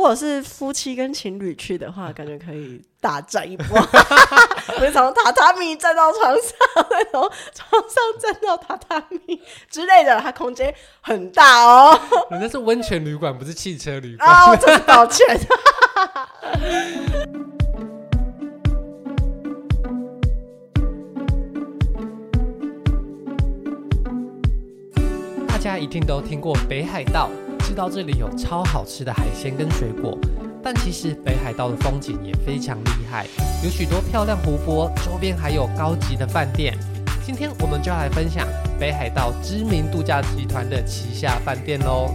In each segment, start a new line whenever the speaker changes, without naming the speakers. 果是夫妻跟情侣去的 话，感觉可以大战一波。 我就从榻榻米站到床上，再从床上站到榻榻米之类的，它空间很大 哦。
人家是温泉旅馆，不是汽车旅馆。
啊，我真是抱歉。
大家一定都听过北海道，知道这里有超好吃的海鲜跟水果，但其实北海道的风景也非常厉害，有许多漂亮湖泊，周边还有高级的饭店。今天我们就要来分享北海道知名度假集团的旗下饭店喽。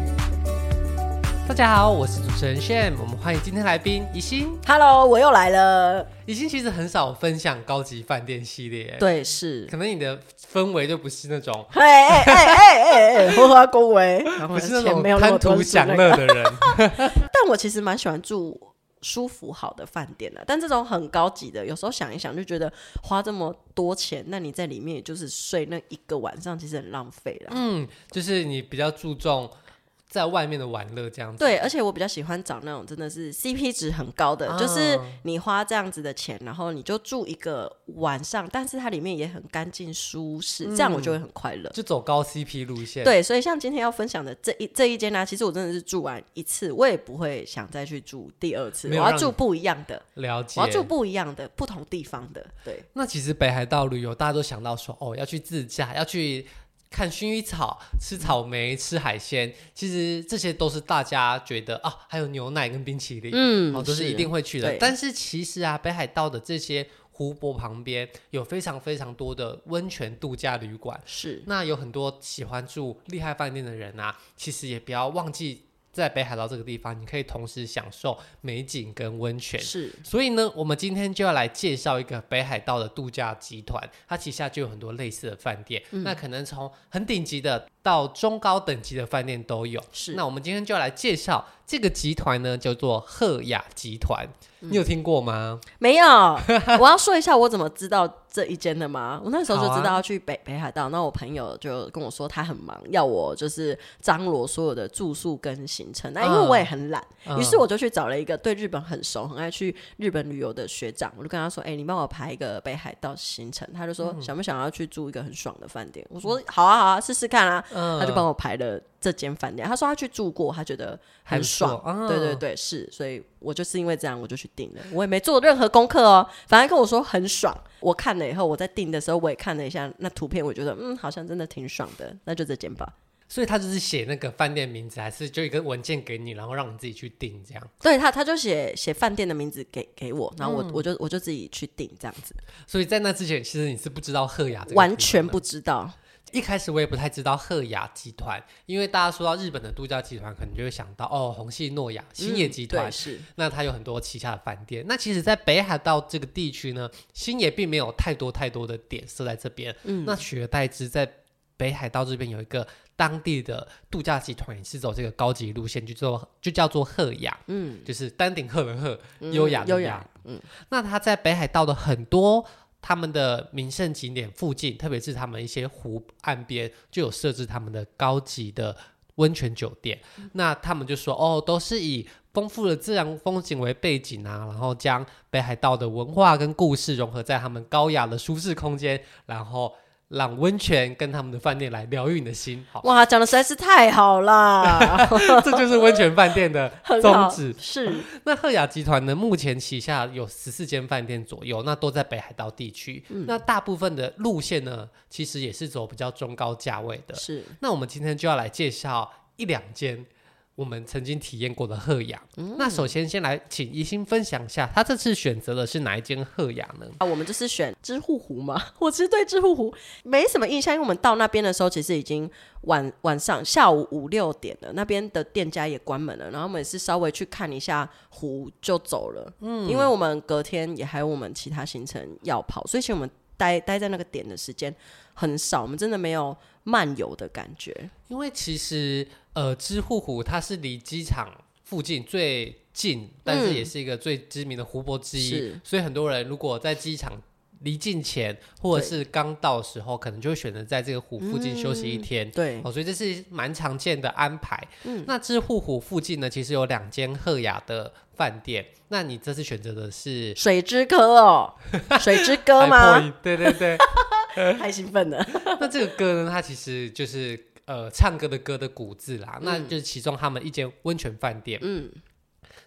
大家好，我是主持人 Sham，我们欢迎今天来宾宜兴。
Hello，我又来了。
宜兴其实很少分享高级饭店系列，
对，是。
可能你的氛围就不是那种
哎哎哎哎哎 哎，花花恭维，
啊不是那
钱
种
没有那
贪
么多
图
是
享
那个
乐的 人。
但我其实蛮喜欢住舒服好的饭店的，但这种很高级的，有时候想一想就觉得花这么多钱，那你在里面也就是睡那一个晚上，其实很浪费啦。
嗯，就是你比较注重在外面的玩乐这样子。
对，而且我比较喜欢找那种真的是 CP 值很高的，
啊
就是你花这样子的钱，然后你就住一个晚上，但是它里面也很干净舒适，这样我
嗯
就会很快乐。
就走高 CP 路线。，
对，所以像今天要分享的这一这一间呢、其实我真的是住完一次，我也不会想再去住第二次，我
没有
要
让
住
你
不一样的。
了解
我要。住不一样的、不同地方的，对，
那其实北海道旅游，大家都想到说，哦，要去自驾，要去看薰衣草、吃草莓、吃海鲜。其实这些都是大家觉得啊，还有牛奶跟冰淇淋，
嗯
哦，都是一定会去的
对。
但是其实啊，北海道的这些湖泊旁边有非常非常多的温泉度假旅馆。
是
那有很多喜欢住厉害饭店的人啊，其实也不要忘记，在北海道这个地方，你可以同时享受美景跟温泉。
是，
所以呢，我们今天就要来介绍一个北海道的度假集团，它旗下就有很多类似的饭店，
嗯
那可能从很顶级的到中高等级的饭店都有。
是
那我们今天就要来介绍这个集团呢，叫做赫雅集团，
嗯
你有听过吗？
没 有。我要说一下我怎么知道这一间的吗？我那时候就
好啊
知道要去北、北海道，那我朋友就跟我说他很忙，要我就是张罗所有的住宿跟行程。那因为
嗯
我也很懒，于是
嗯
我就去找了一个对日本很熟、很爱去日本旅游的学长，我就跟他说：“哎、你帮我排一个北海道行程。”他就说：“
嗯
想不想要去住一个很爽的饭店？”我说：“好啊，好啊，试试看啊。”
嗯
他就帮我排了这间饭店。他说他去住过，他觉得很爽。
还不错嗯
对对对，是，所以我就是因为这样，我就去订了。我也没做任何功课哦，反正跟我说很爽。我看了以后，我在订的时候我也看了一下那图片，我觉得嗯，好像真的挺爽的，那就这间吧。
所以他就是写那个饭店名字，还是就一个文件给你，然后让你自己去订这样。
对他，他就写写饭店的名字给给我，然后
嗯
我、我就我就自己去订这样子，
所以在那之前，其实你是不知道赫雅啊这个地方的
完全不知道。嗯
一开始我也不太知道赫雅集团，因为大家说到日本的度假集团，可能就会想到哦，红系诺亚、星野集团。
嗯对是
那它有很多旗下的饭店。那其实，在北海道这个地区呢，星野并没有太多太多的点设在这边。
嗯
那取而代之，在北海道这边有一个当地的度假集团，也是走这个高级路线，就做就叫做赫雅，
嗯，
就是丹顶鹤的鹤，
嗯
优雅的
优
雅
雅，嗯，
那它在北海道的很多他们的名胜景点附近，特别是他们一些湖岸边，就有设置他们的高级的温泉酒店。
嗯
那他们就说，哦，都是以丰富的自然风景为背景啊，然后将北海道的文化跟故事融合在他们高雅的舒适空间，然后让温泉跟他们的饭店来疗愈你的心。好，
哇，讲的实在是太好 啦，
这就是温泉饭店的
很
宗
好，
旨。
是
那赫雅集团呢，目前旗下有十四间饭店左右，那都在北海道地区。那大部分的路线呢，其实也是走比较中高价位的。
是，
那我们今天就要来介绍一两间我们曾经体验过的赫雅。那首先先来请宜兴分享一下，他这次选择的是哪一间赫雅呢？
啊，我们就是选知户湖嘛。 我其实对知户湖没什么印象，因为我们到那边的时候，其实已经晚晚上下午五六点了，那边的店家也关门了，然后我们也是稍微去看一下湖就走了。嗯，因为我们隔天也还有我们其他行程要跑，所以其实我们待待在那个点的时间很少，我们真的没有漫游的感觉。
因为其实呃，知户湖它是离机场附近最近，但是也是一个最知名的湖泊之一，
是
所以很多人如果在机场离境前或者是刚到的时候，可能就会选择在这个湖附近休息一天。
对，
哦，所以这是蛮常见的安排。那知户湖附近呢，其实有两间赫雅的饭店。那你这次选择的是
水之歌哦，水之歌
High
吗？
Point，对对对。
太兴奋了，
那这个歌呢，它其实就是呃唱歌的歌的古字啦，那就是其中他们一间温泉饭店。
嗯，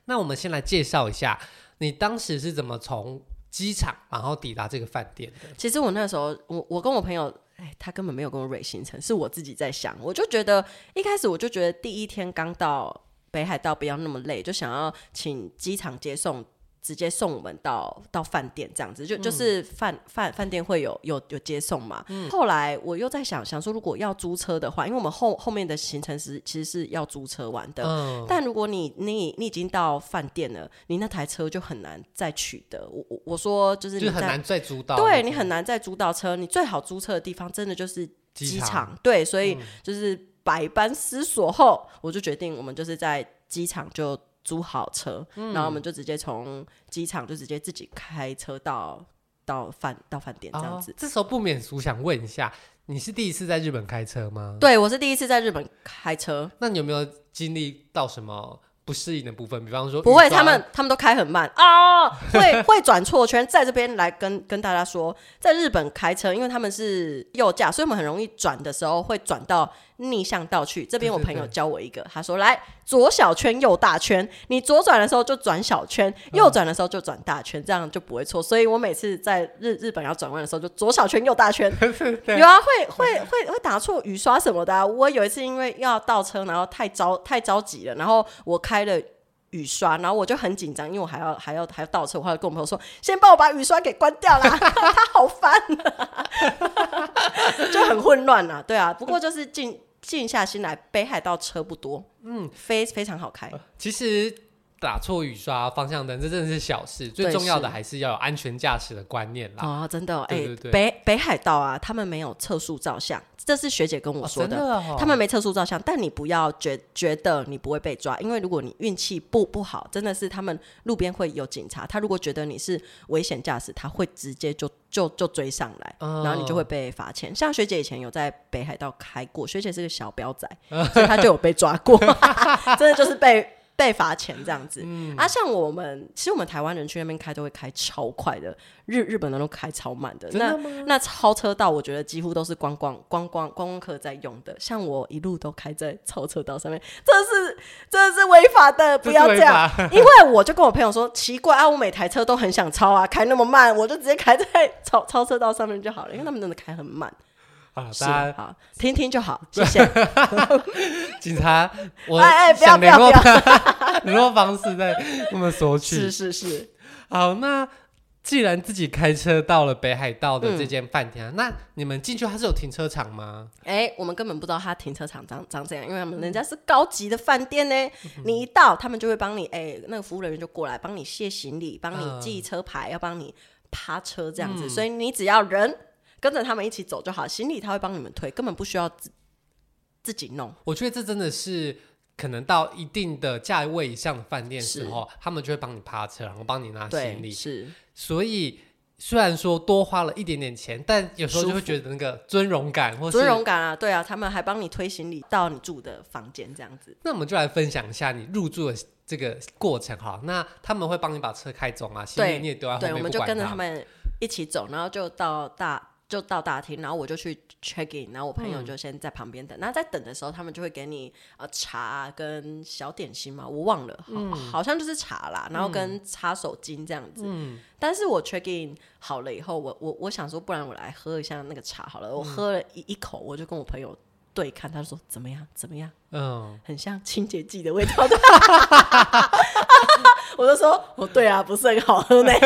那我们先来介绍一下，你当时是怎么从机场然后抵达这个饭店的？
其实我那时候，我我跟我朋友，哎，他根本没有跟我蕊行程，是我自己在想。我就觉得一开始我就觉得第一天刚到北海道不要那么累，就想要请机场接送。直接送我们到到饭店这样子，
嗯
就就是饭饭饭店会有有有接送嘛。后来我又在想想说，如果要租车的话，因为我们后后面的行程是其实是要租车玩的，
嗯，
但如果你你你已经到饭店了，你那台车就很难再取得。我我我说就是
就
你
是很
在
难再租到，
对你很难再租到车，你最好租车的地方真的就是
机
机场。。对，所以就是百般思索后，我就决定我们就是在机场就租好车，然后我们就直接从机场就直接自己开车到到饭到饭店这样子。
哦，这时候不免俗想问一下，你是第一次在日本开车吗？
对我是第一次在日本开车，
那你有没有经历到什么不适应的部分？比方说
不会，
雨刷啊
他们他们都开很慢哦，会会转错圈。在这边来跟跟大家说，在日本开车，因为他们是右驾，所以我们很容易转的时候会转到逆向道去。这边
对
我
对
朋友
对
教我一个，他说来左小圈右大圈，你左转的时候就转小圈，右转的时候就转大圈，这样就不会错。所以我每次在日日本要转弯的时候，就左小圈右大圈，有啊，会会会会打错雨刷什么的、啊。我有一次因为要倒车，然后太着太着急了，然后我开了。雨刷，然后我就很紧张，因为我还要还要还要倒车，我还要跟我朋友说，先帮我把雨刷给关掉啦，他好烦、啊， 就很混乱啦、对啊，不过就是静静下心来，北海道车不多，嗯，非非常好开，
其实打错雨刷、方向灯，这真的是小事，最
对
重要的
是
还是要有安全驾驶的观念啦。
哦，真的、哦，哎、
对对对
北北海道啊，他们没有测速照相，这是学姐跟我
哦
说
真
的。
的哦，
他们没测速照相，但你不要觉觉得你不会被抓，因为如果你运气不不好，真的是他们路边会有警察，他如果觉得你是危险驾驶，他会直接就就就追上来，
哦
然后你就会被罚钱。像学姐以前有在北海道开过，学姐是个小彪仔，所以她就有被抓过， 真的就是被。被罚钱这样子、
嗯
啊，像我们其实我们台湾人去那边开都会开超快的，日日本人都开超慢的。
真
那
的吗？
那超车道，我觉得几乎都是观光、观光、观光客在用的。像我一路都开在超车道上面，这是这是违法的，不
这是
要这
违
样。
法
因为我就跟我朋友说，奇怪啊，我每台车都很想超啊，开那么慢，我就直接开在超超车道上面就好了，因为他们真的开很慢。
啊！
是，
大家
好，听听就好，谢 谢。
警察，我
哎哎不要
想
不要
联络
不
他， 联络方式在那么索
是
取。
是是，
好，那既然自己开车到了北海道的这间饭
嗯
店啊，那你们进去它是有停车场吗？
哎、我们根本不知道他停车场长长这样，因为他们人家是高级的饭店呢。
嗯
你一到，他们就会帮你，哎、那个服务人员就过来帮你卸行李，帮
嗯
你记车牌，要帮你趴车这样子。所以你只要人跟着他们一起走就好，行李他会帮你们推，根本不需要自自己弄。
我觉得这真的是。可能到一定的价位以上的饭店时候，他们就会帮你趴车，然后帮你拿行
对，
李。
是
所以虽然说多花了一点点钱，但有时候就会觉得那个尊荣感，或是
尊荣感啊，对啊，他们还帮你推行李到你住的房间这样子。
那我们就来分享一下你入住的这个过程哈。那他们会帮你把车开走吗？行李
对
你也丢在后
对，
面，
我们
不
就
管
跟着
它
他们一起走，然后就到大就到大厅，然后我就去 check in，然后我朋
嗯
友就先在旁边等。那、在等的时候，他们就会给你呃茶跟小点心嘛，我忘了，好,、
嗯
像就是茶啦，然后跟擦手巾这样子。
嗯
但是我 check in 好了以后，我我我想说，不然我来喝一下那个茶好
嗯
了。我喝了一一口，我就跟我朋友对看，他就说怎么样怎么样。
嗯，
很像清洁剂的味道。 我就说，哦，对啊，不是很好喝呢，
真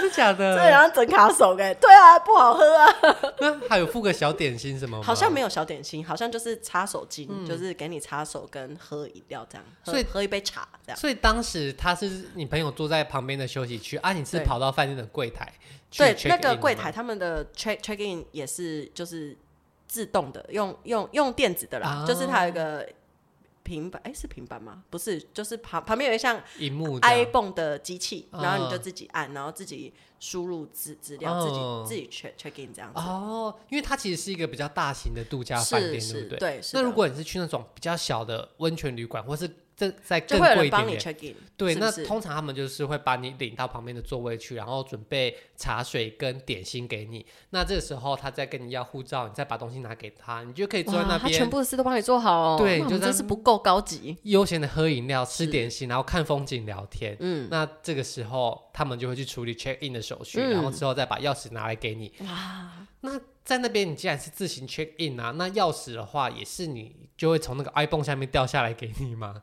的假的？
这然后整卡手哎，对啊，不好喝啊，
那还有附个小点心什么吗？
好像没有小点心，好像就是擦手巾，就是给你擦手跟喝饮料这样，喝
嗯所以
喝一杯茶这样。
所以当时他是你朋友坐在旁边的休息区啊，你是
对
跑到饭店的柜台去
对，
check
那
in
个
的
柜
吗
台他们的 check check in 也是就是自动的，用用用电子的啦，
啊
就是它有一个平板，哎、是平板吗？不是，就是旁旁边有一像
荧幕这样
iPhone 的机器，
哦
然后你就自己按，然后自己输入资资料，自
哦
己自己 check check in 这样子。
哦，因为它其实是一个比较大型的度假饭
是
店，
是
对不对？
对是
那
的
如果你是去那种比较小的温泉旅馆，或是这再
就
更
会有
贵
人
一点
帮你
点，
check in，
对，
是不
那
是
通常他们就是会把你领到旁边的座位去，然后准备茶水跟点心给你。那这个时候他再跟你要护照，你再把东西拿给他，你就可以坐在
哇
那
他全
边
部的事都帮你做好哦。
对
哇我
就
们
在
真是不够高级。
悠闲的喝饮料、吃
是
点心，然后看风景、聊天。
嗯，
那这个时候他们就会去处理 check in 的手续，
嗯
然后之后再把钥匙拿来给你。
哇，
那在那边你既然是自行 check in 啊，那钥匙的话也是你就会从那个 iPhone 下面掉下来给你吗？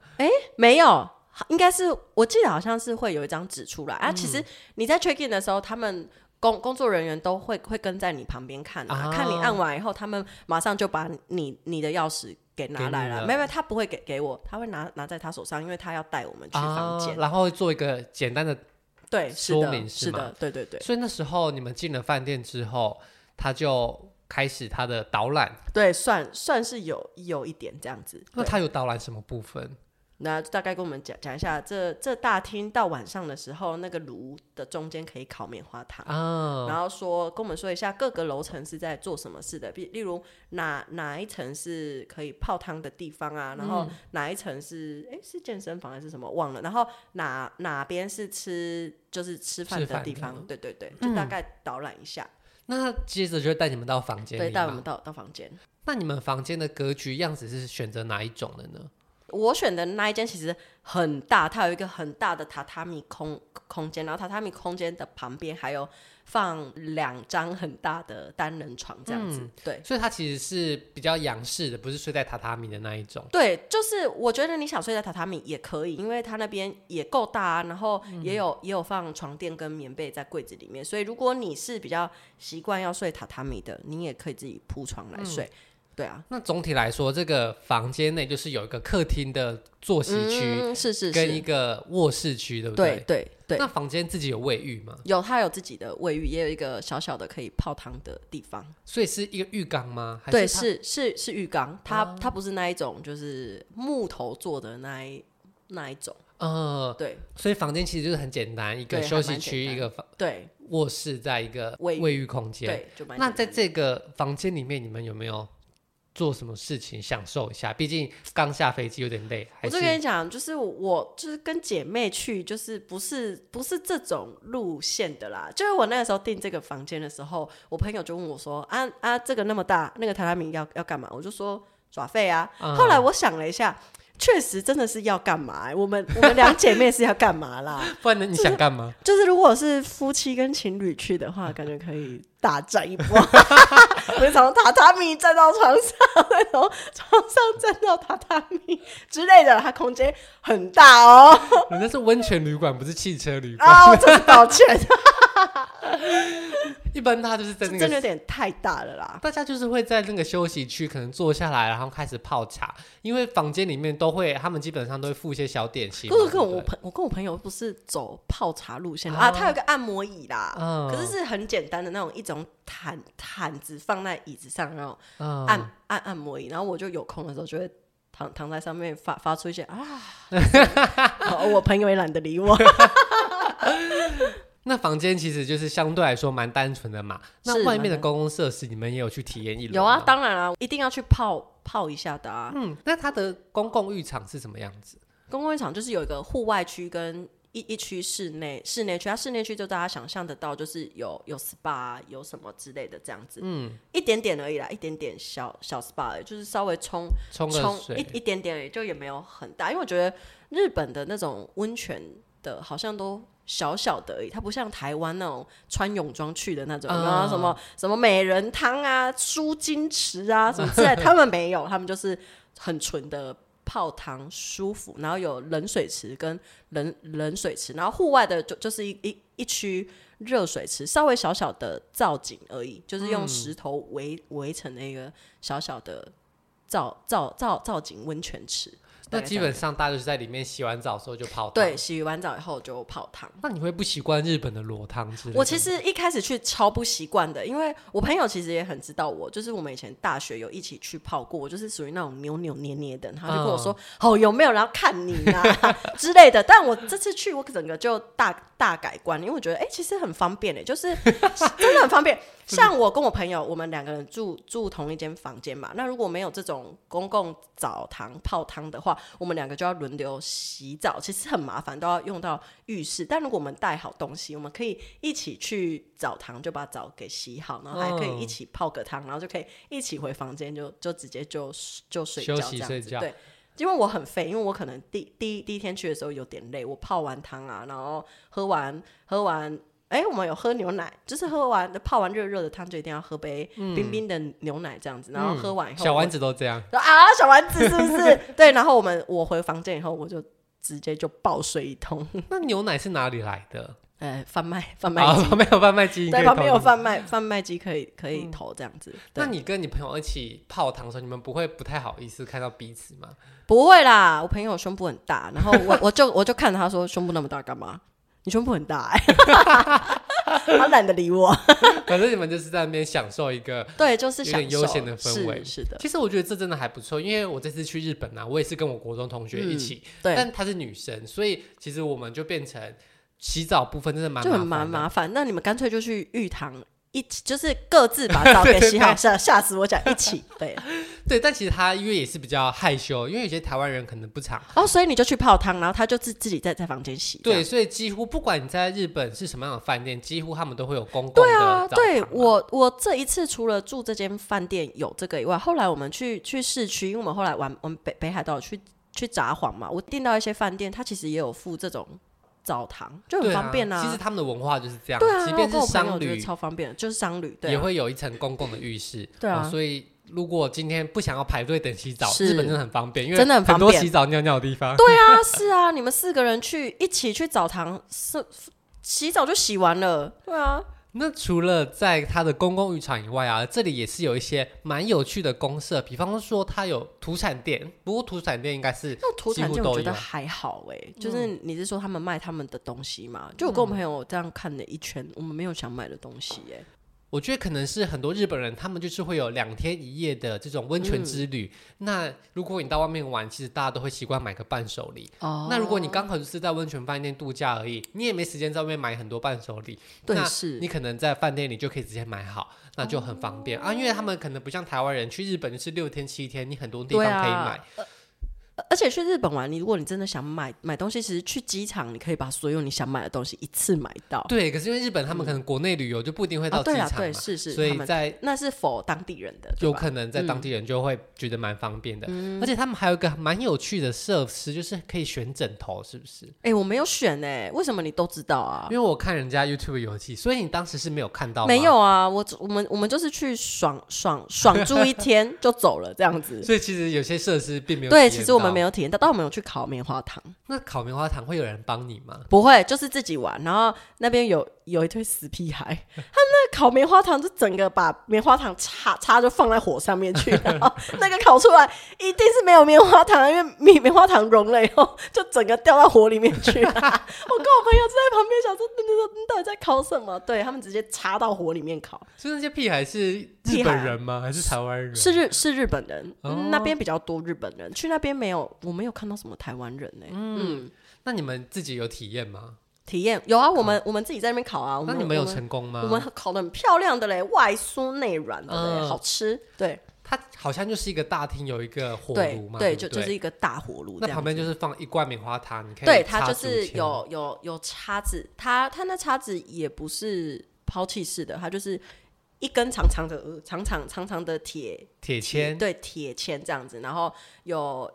没有，应该是我记得好像是会有一张纸出来啊。
嗯
其实你在 check in 的时候，他们。工工作人员都会会跟在你旁边看啊，
啊
看你按完以后，他们马上就把你你的钥匙给拿来
给你
了。
了
没有，没有他不会给给我，他会拿拿在他手上，因为他要带我们去房
啊
间，。
然后做一个简单的
对，是
说
的，
明
是
是吗
的，对对对
所以那时候你们进了饭店之后，他就开始他的导览。
对，算算是有有一点这样子。
那
对
他有导览什么部分？
那大概跟我们讲讲一下，这这大厅到晚上的时候，那个炉的中间可以烤棉花糖。
啊，
然后说跟我们说一下各个楼层是在做什么事的，比例如哪哪一层是可以泡汤的地方
嗯
啊，然后哪一层是诶是健身房还是什么忘了，然后哪哪边是吃就是吃饭
吃
的
饭
地
的嗯
方，对对对，就大概导览一下，
那接着就带你们到房间
对，
里
带我们
嘛。
到到房间。
那你们房间的格局样子是选择哪一种的呢？
我选的那一间其实很大，它有一个很大的榻榻米空空间，然后榻榻米空间的旁边还有放两张很大的单人床，这样子。
嗯
对
所以它其实是比较洋式的，不是睡在榻榻米的那一种。
对，就是我觉得你想睡在榻榻米也可以，因为它那边也够大、啊，然后也
嗯
有、也有放床垫跟棉被在柜子里面，所以如果你是比较习惯要睡榻榻米的，你也可以自己铺床来睡。
嗯
对啊，
那总体来说，这个房间内就是有一个客厅的坐席区，
嗯，是是
跟一
是，
个卧室区，对不
对对对。
那房间自己有卫浴吗？
有，它有自己的卫浴，也有一个小小的可以泡汤的地方。
所以是一个浴缸吗？还
对，
它哦
是是是浴缸，它、它不是那一种就是木头做的那一那一种。
呃，
对
所以房间其实就是很简单，一个
对
休
还
息
蛮
区，
简单
一个房
对
卧室，在一个
卫浴
卫浴空间。
对，就蛮
那
简
在
单
这个房间里面，你们有没有做什么事情享受一下？毕竟刚下飞机有点累，还
我
是
就跟你讲，就是我就是跟姐妹去，就是不是不是这种路线的啦。就是我那个时候订这个房间的时候，我朋友就问我说：“啊啊，这个那么大，那个榻榻米要要干嘛？”我就说耍废啊。
嗯
后来我想了一下，确实真的是要干嘛、欸我们我们两姐妹是要干嘛啦？
不然呢你想干嘛？
就是如果是夫妻跟情侣去的 话，感觉可以大战一波， 我就从榻榻米站到床上，再从床上站到榻榻米之类的。它空间很大 哦，
人家是温泉旅馆，不是汽车旅馆。
啊，我真是抱歉，
一般大家就是在
这
那
真的有
个，
点太大了啦。
大家就是会在那个休息区，可能坐下来，然后开始泡茶，因为房间里面都会，他们基本上都会附一些小点心嘛。
不是跟
对
我
不对
朋，我跟我朋友不是走泡茶路线的啊，
啊
他有个按摩椅啦，
嗯
可是是很简单的那种一种毯毯子放在椅子上，然后
嗯
按按按摩椅，然后我就有空的时候就会躺躺在上面发发出一些啊， 好我朋友也懒得理我。
那房间其实就是相对来说蛮单纯的嘛。
是
那外面的
蛮单
公共设施，你们也有去体验一轮？
有 啊，。当然啊，一定要去泡泡一下的啊。
嗯，那它的公共浴场是什么样子？
公共浴场就是有一个户外区跟一一区室内室内区，它室内区就大家想象得到，就是有有 SPA 啊有什么之类的这样子，
嗯，
一点点而已啦，一点点小小 SPA，而已就是稍微冲
冲个
冲
水
一一点点而已，就也没有很大，因为我觉得日本的那种温泉的，好像都小小的而已，它不像台湾那种穿泳装去的那种，
啊
然后什么什么美人汤啊、舒筋池啊什么之类，他们没有，他们就是很纯的。泡汤舒服，然后有冷水池跟冷冷水池，然后户外的就就是一一一区热水池，稍微小小的造景而已，就是
嗯
用石头围围成的一个小小的造造造造景温泉池，
那
大概
基
这
本
样
上大家就是在里面洗完澡之后就泡汤。
对，，洗完澡以后就泡汤。
那你会不习惯日本的裸汤之类的吗？
我其实一开始去超不习惯的，因为我朋友其实也很知道我，就是我们以前大学有一起去泡过，我就是属于那种扭扭捏捏的，然后他就跟我说：“
嗯
哦，有没有人要看你啊之类的。”但我这次去，我整个就大大改观，因为我觉得哎、诶其实很方便欸诶，就是 真的很方便。像我跟我朋友，我们两个人住住同一间房间嘛，那如果没有这种公共澡堂泡汤的话，我们两个就要轮流洗澡，其实很麻烦，都要用到浴室。但如果我们带好东西，我们可以一起去澡堂，就把澡给洗好，然后还可以一起泡个汤，然后就可以一起回房间，就就直接就就睡觉
休
这
息
样
睡
子
觉
对。因为我很废，因为我可能第第一第一天去的时候有点累，我泡完汤啊，然后喝完喝完，哎、我们有喝牛奶，就是喝完泡完热热的汤就一定要喝杯冰冰的牛奶这样子，然后喝完以后
嗯小
我
丸子都这样。
说啊，小丸子是不 是？对，然后我们我回房间以后，我就直接就暴睡一 通。
那牛奶是哪里来 的？
呃，贩卖贩卖
啊，
机，
旁边有哎贩卖机，你可
对，
嗯以
旁
投
边有
你。
贩卖贩卖机可以可以投这样子。
那
对
你跟你朋友一起泡汤的时候，你们不会不太好意思看到彼此吗？
不会啦，我朋友胸部很大，然后我我就我就看着他说胸部那么大干嘛？你胸部很大、 欸，他懒得理我。
反正你们就是在那边享受一个。
对，就是享
有点
受
悠闲的氛围
是是的，
其实我觉得这真的还不错，因为我这次去日本啊，我也是跟我国中同学一起，
嗯对，
但她是女生，所以其实我们就变成洗澡部分真的蛮
就很
麻
麻
烦的。
麻烦。那你们干脆就去浴堂。一起就是各自 把澡给洗好，
对
吓吓死我讲一起 对
对，但其实她因为也是比较害羞，因为有些台湾人可能不常
哦，所以你就去泡汤，然后他就自自己在在房间洗。
对，，所以几乎不管你在日本是什么样的饭店，几乎他们都会有公共的
对啊，
澡
对
堂嘛
我我这一次除了住这间饭店有这个以外，后来我们去去市区，因为我们后来玩我们北北海道有去去札幌嘛，我订到一些饭店，它其实也有附这种澡堂，就很
对啊
方便啊
其实他们的文化就是这样，
对啊，
即
然后
便
跟
是
我朋友
商
觉得
旅
超方便的，就是商旅，对
也
啊、
会有一层公共的浴室。
对啊
哦所以如果今天不想要排队等洗澡，
是
日本真的很方便，因为
真的很方
多
便
洗澡尿尿的地方。
对啊，是啊，你们四个人去一起去澡堂是洗澡就洗完了，对啊，
那除了在它的公共浴场以外啊，这里也是有一些蛮有趣的公社，比方说它有土产店，不过土产店应该是
那土
几
产
乎
店我
都
觉得
有
还好哎、就是你是说他们卖他们的东西嘛？就我跟我朋友这样看了一圈，我们没有想买的东西哎、
我觉得可能是很多日本人，他们就是会有两天一夜的这种温
嗯
泉之旅。那如果你到外面玩，其实大家都会习惯买个伴手礼。
哦
那如果你刚好就是在温泉饭店度假而已，你也没时间在外面买很多伴手礼，
对
那
是
你可能在饭店里就可以直接买好，那就很方
哦
便、啊。因为他们可能不像台湾人去日本就是六天七天，你很多地方
对
可以
啊
买。
呃而且去日本玩，你如果你真的想买买东西，其实去机场你可以把所有你想买的东西一次买到。
对，可是因为日本他们可能国内旅游就不一定会
啊，
到机
对
场
啦，
嘛，
对，是是，
所
他
以
们
在
那是否当地人的？对
有
吧嗯
可能在当地人就会觉得蛮方便的，而且他们还有一个蛮有趣的设施，就是可以选枕头，是不是？
哎、我没有选哎、为什么你都知道啊
因？为我看人家 YouTube 游记，所以你当时是没有看到，
没，有啊，我只我们我们就是去爽爽爽住一天就走了这样子。
所以其实有些设施并没有。
对，其实我们没
有。
有体验到，但我们有去烤棉花糖，
那烤棉花糖会有人帮你吗？
不会，就是自己玩。然后那边有有一堆死屁孩， 他们那个烤棉花糖就整个把棉花糖插插就放在火上面去，然后那个烤出来一定是没有棉花糖，啊因为棉棉花糖融了以后就整个掉到火里面去、 我跟我朋友就在旁边想说，你你你到底在烤什么？对他们直接插到火里面烤，
所以那些屁孩是
屁孩
日本人吗？还是台湾人？
是日是日本人，
哦
嗯那边比较多日本人，去那边没有，我没有看到什么台湾人呢、嗯
那你们自己有体验吗？
体验有啊，我们我们自己在那边烤啊，我
那
们
你们有
我们
成功
我
吗？
们烤的很漂亮的嘞，外酥内软的嘞，
嗯
好吃。对
它好像就是一个大厅有一个火
对
炉嘛，
对，
不
就就是一个大火炉这
那
样。
旁边就是放一罐棉花糖，你可以
对，它
插
就
竹
是
签
有有有叉子，它它那叉子也不是抛弃式的，它就是一根长长的、呃长长长长的铁
铁签，
对铁签这样子，然后有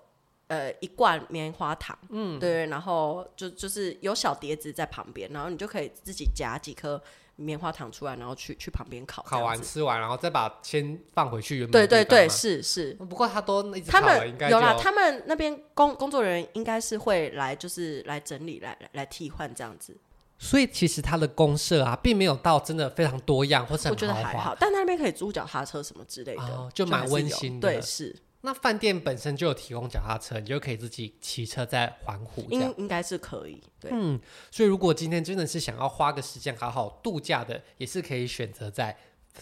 呃一罐棉花糖，嗯，对，然后就就是有小碟子在旁边，然后你就可以自己夹几颗棉花糖出来，然后去去旁边烤，
烤完。吃完，然后再把先放回去原本
对
的
对
地方
对，
吗
是是，
不过他都一直
他
烤了，
们
应该
有
就
啦，他们那边工工作人员应该是会来，就是来整理、来来来替换这样子，
所以其实他的公社啊，并没有到真的非常多样或是
我
很
觉得还
豪华。
好。但他那边可以租脚踏车什么之类的，
哦就蛮
还是有
温馨的
对，是
那饭店本身就有提供脚踏车，你就可以自己骑车在环湖这样
应。应该是可以。对，
嗯，所以如果今天真的是想要花个时间好好度假的，也是可以选择在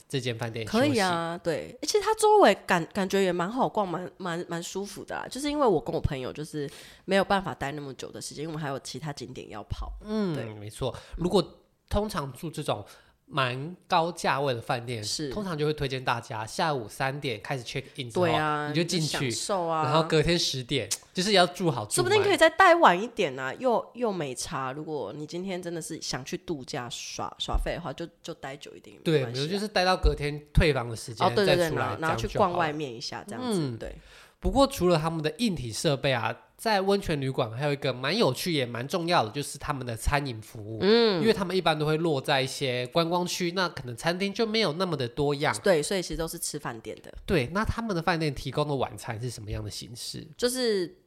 这间饭店休息。
可以啊，对，而且它周围感感觉也蛮好逛，蛮蛮蛮舒服的啦。就是因为我跟我朋友就是没有办法待那么久的时间，因为我们还有其他景点要跑。对
嗯，没错。如果通常住这种蛮高价位的饭店，
是
通常就会推荐大家下午三点开始 check in 之后，
对啊，
你就进
享
去，
受啊，
然后隔天十点就是要住好住
说不定
满
可以再待晚一点啊，又又没差。如果你今天真的是想去度假耍耍废的话，就就待久一点也没
对，
关
比如
系、
就
啊。
是待到隔天退房的时间、
哦，对对对，
再出来
然后，然后
这
去
样就
逛
好
外
了。
面一下，这样子、
嗯
对。
不过除了他们的硬体设备啊，在温泉旅馆还有一个蛮有趣也蛮重要的，就是他们的餐饮服务。嗯，因为他们一般都会落在一些观光区，那可能餐厅就没有那么的多样。
对，所以其实都是吃饭店的，
对，那他们的饭店提供的晚餐是什么样的形式
就是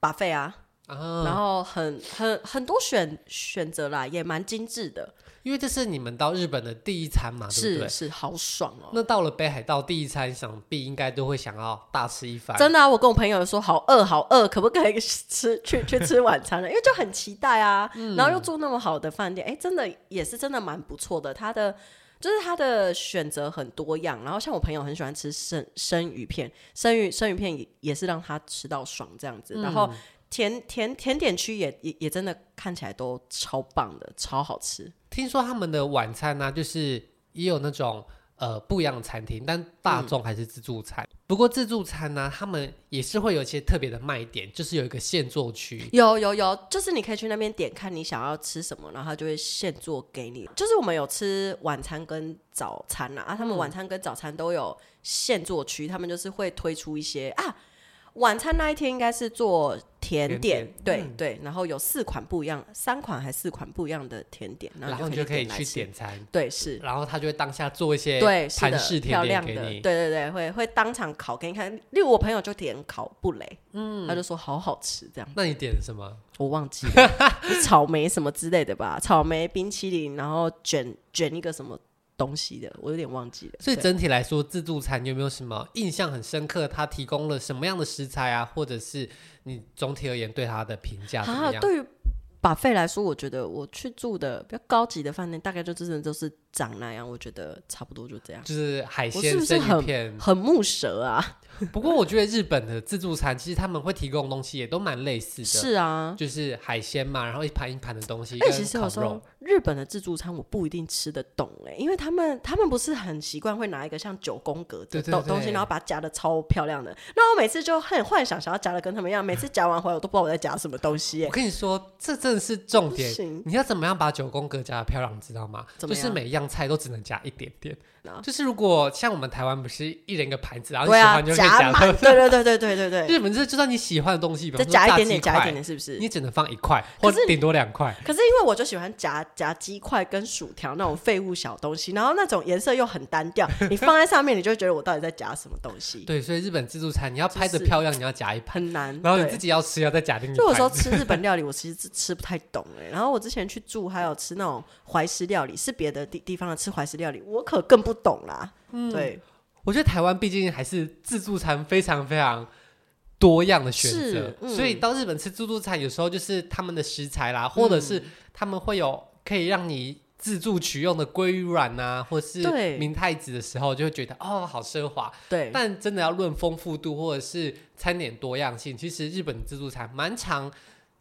把费啊，
啊？
然后很很很多选选择啦，也蛮精致的，
因为这是你们到日本的第一餐嘛，啊对不
是
对？
是好爽哦、
那到了北海道第一餐，想必应该都会想要大吃一番。
真的、啊，我跟我朋友说好饿好饿，可不可以吃 去去吃晚餐了？因为就很期待啊，
嗯
然后又住那么好的饭店，哎、真的也是真的蛮不错的。它的就是它的选择很多样，然后像我朋友很喜欢吃生生鱼片，生鱼生鱼片也也是让他吃到爽这样
嗯
子，然后。甜甜甜点区也也也真的看起来都超棒的，超好吃。
听说他们的晚餐呢、就是也有那种呃不一样的餐厅，但大众还是自助餐。不过自助餐呢、他们也是会有一些特别的卖点，就是有一个现做区。
有有有，就是你可以去那边点看你想要吃什么，然后他就会现做给你。就是我们有吃晚餐跟早餐啦，啊，
嗯
他们晚餐跟早餐都有现做区，他们就是会推出一些啊，晚餐那一天应该是做甜
甜
点，
点
对、
嗯
对，然后有四款不一样，三款还四款不一样的甜点，
然
后
后
你
你
就
就可以
来
去
吃，
点餐，
对是。
然后他就会当下做一些
对，是
盘
的
式，甜
漂
点
亮
给
的，对
你。
对对，会会当场烤给你看。例如我朋友就点烤布雷，嗯，他就说好好吃这样。
那你点了什么？
我忘记了， 是草莓什么之类的吧？草莓冰淇淋，然后卷卷一个什么东西的，我有点忘记了。
所以
对
整体来说，自助餐有没有什么印象很深刻？它提供了什么样的食材啊，或者是你总体而言对它的评价怎么
啊，
样？
对于把费来说，我觉得我去住的比较高级的饭店，大概就真的就是长那样，我觉得差不多就这样，
就是海
我
鲜
是不是
生
很
鱼片，
很木蛇啊，
不过我觉得日本的自助餐其实他们会提供的东西也都蛮类似的，
是啊。
就是海鲜嘛，然后一盘一盘的东西
哎、
跟
其实有时
烤
候
肉，
日本的自助餐我不一定吃得懂哎、因为他们他们不是很习惯会拿一个像九宫格的
对对
东东西，
对
然后把它夹的超漂亮的。那我每次就很幻想想要夹的跟他们一样，每次夹完回来我都不知道我在夹什么东西、欸
我。跟你说，这真的是重
不
点。
行
你要怎么样把九宫格夹的漂亮，你知道吗？
怎么
就是
样
每样菜都只能夹一点点
啊。
就是如果像我们台湾不是一人一个盘子，然后你
对
喜
啊，
欢就可以夹
夹满，对对对对对对对，
日本是就算你喜欢的东西，比
再
方说
夹一
炸
点
鸡
点，夹一
块
点点，是不是？
你只能放一块，
可
或
是你
顶多两块。
可是因为我就喜欢夹夹鸡块跟薯条那种废物小东西，然后那种颜色又很单调，你放在上面你就会觉得我到底在夹什么东西，
对，所以日本自助餐你要拍的
就是
漂亮，你要夹一盘，
很难。
然后你自
对
己要吃要再夹另一
就有
盘
时。候吃 日本料理，我其实是吃不太懂哎、然后我之前去住，还有吃那种怀石料理，是别的地地方的吃怀石料理，我可更不懂啦。对，
我觉得台湾毕竟还是自助餐非常非常多样的选择
是，嗯
所以到日本吃自助餐，有时候就是他们的食材啦，或者
嗯
是他们会有可以让你自助取用的鲑鱼卵啊，或是
对
明太子的时候，就会觉得哦好奢华。
对，
但真的要论丰富度或者是餐点多样性，其实日本自助餐蛮常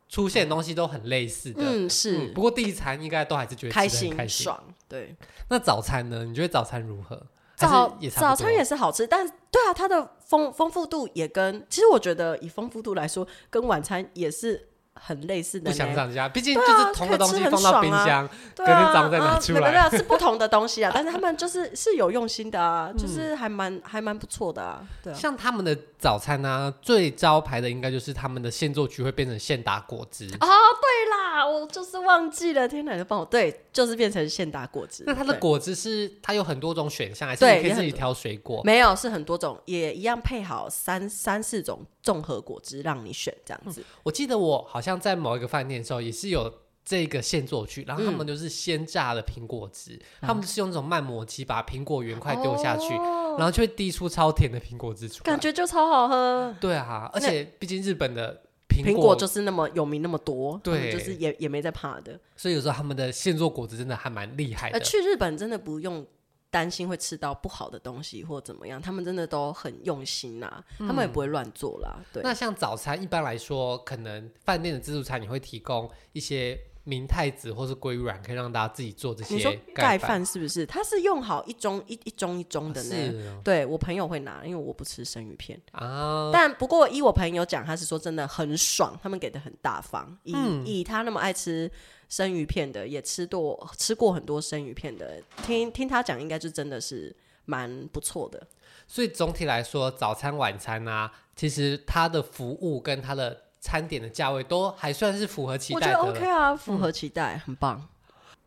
出现的东西都很类似的。
嗯，是
嗯不过第一餐应该都还是觉得吃得
开
很
心
开心。
爽，对。
那早餐呢？你觉得早餐如何？还是
早
也差不
早
多
餐也是好吃，但对啊，它的丰丰富度也跟其实我觉得以丰富度来说，跟晚餐也是很类似
不
的
想
呢。
涨价，毕竟
对
就
啊
是同个东西放到冰箱，
对
隔天
啊，
早上再拿
啊
出
没有
来
没有是不同的东西啊，但是他们就是是有用心的啊，
嗯
就是还蛮还蛮不错的啊，对啊。
像他们的早餐啊，最招牌的应该就是他们的现做区会变成现打果汁。
哦，对啦，我就是忘记了，天哪，就帮我对，就是变成现打果汁。
那它的
对
果汁是它有很多种选项，还是
对
你可以
有
自己
很多
挑水果？
没有是很多种，也一样配好三三四种综合果汁让你选这样子。
嗯我记得我好像在某一个饭店的时候也是有这个现做去，然后
嗯
他们就是鲜榨的苹果汁，他们就是用这种慢磨机把苹果原块丢下去，
哦
然后就会滴出超甜的苹果汁出来
感。觉就超好喝。
对啊，而且毕竟日本的
苹
苹
果
果，
就是那么有名那么多，
对
他们就是也也没在怕的。
所以有时候他们的现做果汁真的还蛮厉害
呃，
的。
去日本真的不用担心会吃到不好的东西或怎么样，他们真的都很用心呐、他们也不会乱做啦。对，
嗯那像早餐一般来说，可能饭店的自助餐你会提供一些明太子或是鲑鱼卵，可以让大家自己做这
你说
些
盖
饭
饭是不是？它是用好一盅一一盅一盅的呢？
是哦
对我朋友会拿，因为我不吃生鱼片。
啊，
但不过依我朋友讲，他是说真的很爽，他们给的很大方。以、
嗯
以他那么爱吃生鱼片的，也吃多吃过很多生鱼片的，听听他讲，应该就真的是蛮不错的。
所以总体来说，早餐、晚餐啊，其实它的服务跟它的餐点的价位都还算是符合期
我
待
觉得
的了。嗯
OK 啊，符合期待，很棒。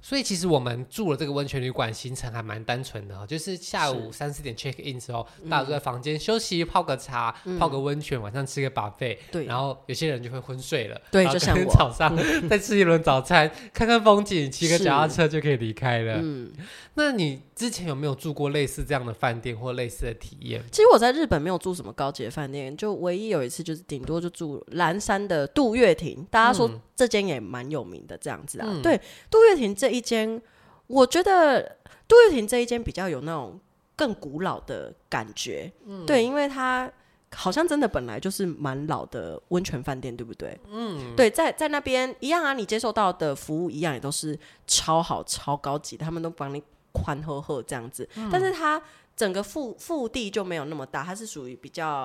所以其实我们住了这个温泉旅馆，行程还蛮单纯的、哦，就是下午三四点 check in 之后，
嗯
大家都在房间休息，泡个茶，泡个温泉，晚上吃个 buffet，
对
然后有些人就会昏睡了，
对
然后
就像
可能
我嗯
早上再吃一轮早餐，看看风景，骑个脚踏车就可以离开了。
嗯，
那你之前有没有住过类似这样的饭店或类似的体验？
其实我在日本没有住什么高级的饭店，就唯一有一次就是顶多就住岚山的杜月亭，大家说
嗯
这间也蛮有名的这样子啊。
嗯
对，杜月亭这一间，我觉得杜月亭这一间比较有那种更古老的感觉，
嗯
对，因为它。好像真的本来就是蛮老的温泉饭店，对不对？嗯，对，在在那边一样啊，你接受到的服务一样，也都是超好、超高级的，他们都帮你宽呵呵这样子。
嗯
但是它整个腹腹地就没有那么大，它是属于比较，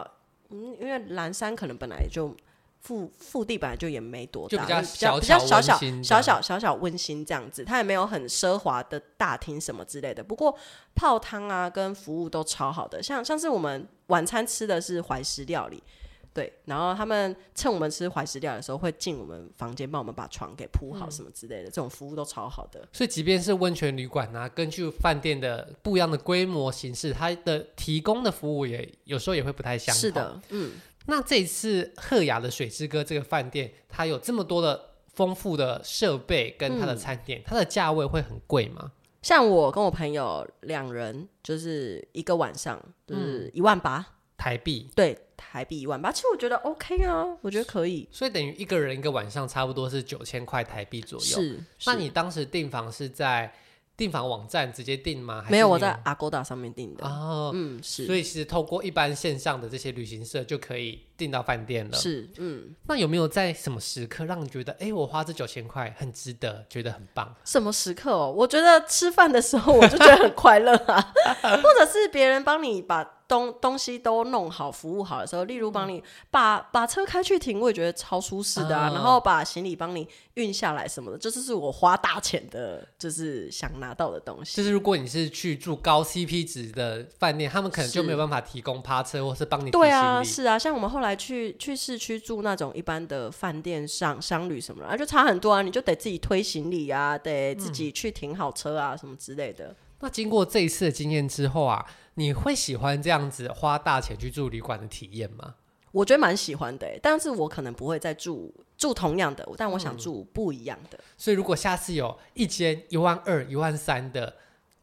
嗯，因为蓝山可能本来就腹腹地本来就也没多大，
就比较
比较
小
比较小
巧温
小
馨这
小
样
小小小温馨这样子，它也没有很奢华的大厅什么之类的。不过泡汤啊跟服务都超好的，像像是我们晚餐吃的是怀石料理。对，然后他们趁我们吃怀石料理的时候，会进我们房间帮我们把床给铺
嗯
好什么之类的，这种服务都超好的。
所以，即便是温泉旅馆啊，根据饭店的不一样的规模形式，它的提供的服务也有时候也会不太相同。
是。的，嗯，
那这一次赫雅的水之歌这个饭店，它有这么多的丰富的设备跟
嗯
它的餐点，它的价位会很贵吗？
像我跟我朋友两人，就是一个晚上，
嗯
就是一万八、
台币？
对，台币一万八。其实我觉得 OK 啊，我觉得可以。
所以等于一个人一个晚上差不多是九千块台币左右。。
是，
那
是
你当时订房是在订房网站直接订吗？还是
没有
你
我在 Agoda 上面订的，
哦。
嗯，
所
是
以其实透过一般线上的这些旅行社就可以订到饭店了。
是，嗯，
那有没有在什么时刻让你觉得，哎、我花这九千块很值得，觉得很棒？
什么时刻哦？我觉得吃饭的时候我就觉得很快乐 啊，或者是别人帮你把东东西都弄好、服务好的时候，例如帮你把把车开去停，我也觉得超舒适的啊。
嗯啊
然后把行李帮你运下来什么的，这就是我花大钱的，就是想拿到的东西。
就是如果你是去住高 CP 值的饭店，他们可能就是没有办法提供趴车或是帮你提行
对
李。
啊，是啊，像我们后来去去市区住那种一般的饭店上商旅什么的，啊，就差很多啊，你就得自己推行李啊，得自己去停好车啊，什么之类的。
那经过这一次的经验之后啊，你会喜欢这样子花大钱去住旅馆的体验吗？
我觉得蛮喜欢的欸、但是我可能不会再住住同样的，但我
嗯
想住不一样的。
所以如果下次有一间一万二、一万三的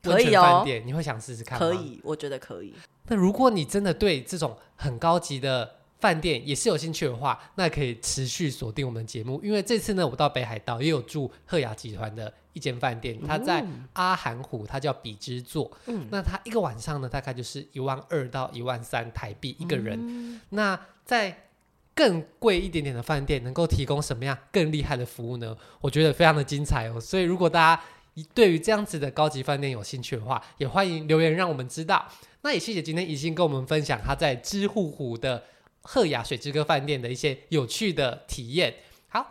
温
可以
泉饭
哦
店，你会想试试看吗？
可。以，我觉得可以。
那如果你真的对这种很高级的饭店也是有兴趣的话，那可以持续锁定我们的节目，因为这次呢，我到北海道也有住赫雅集团的一间饭店，它啊在阿寒湖，它叫比之座。
嗯
那它一个晚上呢，大概就是一万二到一万三台币一个人。那在更贵一点点的饭店能够提供什么样更厉害的服务呢？我觉得非常的精彩哦。所以如果大家对于这样子的高级饭店有兴趣的话，也欢迎留言让我们知道。那也谢谢今天宜兴跟我们分享他在知户湖的赫雅水之歌饭店的一些有趣的体验。好，